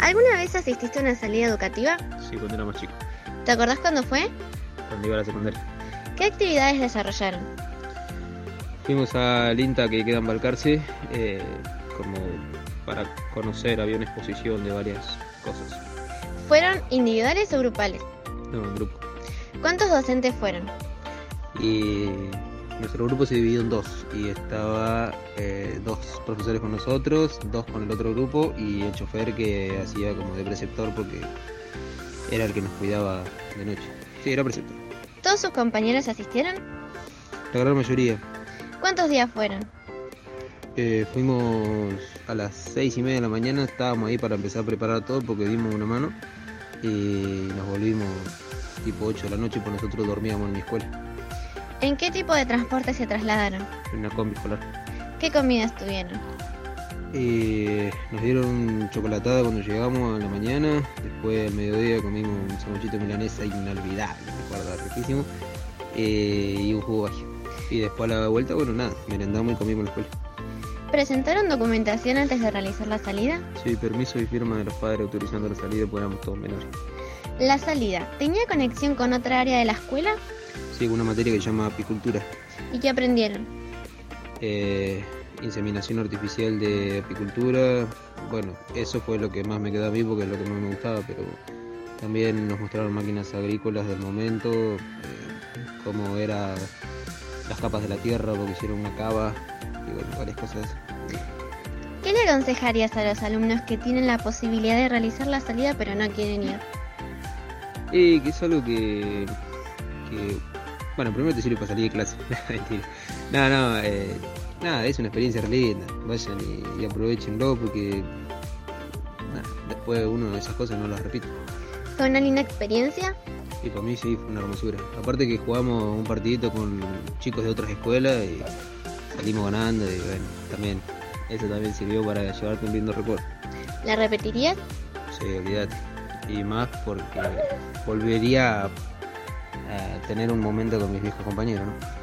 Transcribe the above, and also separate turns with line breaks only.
¿Alguna vez asististe a una salida educativa?
Sí, cuando era más chico,
¿Te acordás cuándo fue?
cuando iba a la secundaria.
¿Qué actividades desarrollaron?
Fuimos al INTA que queda en Balcarce, eh, como para conocer, había una exposición de varias cosas.
¿Fueron individuales o grupales?
No, en grupo.
¿Cuántos docentes fueron?
Y nuestro grupo se dividió en dos, y estaba eh, dos profesores con nosotros, dos con el otro grupo, y el chofer que hacía como de preceptor porque era el que nos cuidaba de noche. Sí, era preceptor.
¿Todos sus compañeros asistieron?
La gran mayoría.
¿Cuántos días fueron?
Eh, fuimos a las seis y media de la mañana, estábamos ahí para empezar a preparar todo porque dimos una mano y nos volvimos tipo 8 de la noche, pues nosotros dormíamos en mi escuela,
¿En qué tipo de transporte se trasladaron?
en una combi escolar.
¿Qué comidas tuvieron?
Y nos dieron chocolatada cuando llegamos a la mañana, después al mediodía comimos un sanguchito de milanesa inolvidable, me acuerdo, riquísimo, eh, y un jugo bajo. Y después a la vuelta, bueno, nada, merendamos y comimos en la escuela.
¿Presentaron documentación antes de realizar la salida?
Sí, permiso y firma de los padres autorizando la salida, pues éramos todos menores.
La salida, ¿tenía conexión con otra área de la escuela?
Sí, una materia que se llama apicultura.
¿Y qué aprendieron?
eh, inseminación artificial de apicultura. Bueno, eso fue lo que más me quedó a mí porque es lo que más me gustaba, pero también nos mostraron máquinas agrícolas del momento, eh, cómo eran las capas de la tierra, porque hicieron una cava y bueno, varias cosas.
¿Qué le aconsejarías a los alumnos que tienen la posibilidad de realizar la salida pero no quieren ir?
Y Eh, que es algo que, que- Bueno, primero te sirve para salir de clase. Mentira. No, no, eh, nada, es una experiencia re linda. Vayan y, y aprovechenlo porque. nada, después uno de esas cosas no las repite.
¿Fue una linda experiencia?
Y para mí sí, fue una hermosura. Aparte que jugamos un partidito con chicos de otras escuelas y salimos ganando y bueno, también. Eso también sirvió para llevarte un lindo recuerdo.
¿La repetirías?
Sí, olvídate. Y más porque volvería a, a tener un momento con mis viejos compañeros, ¿no?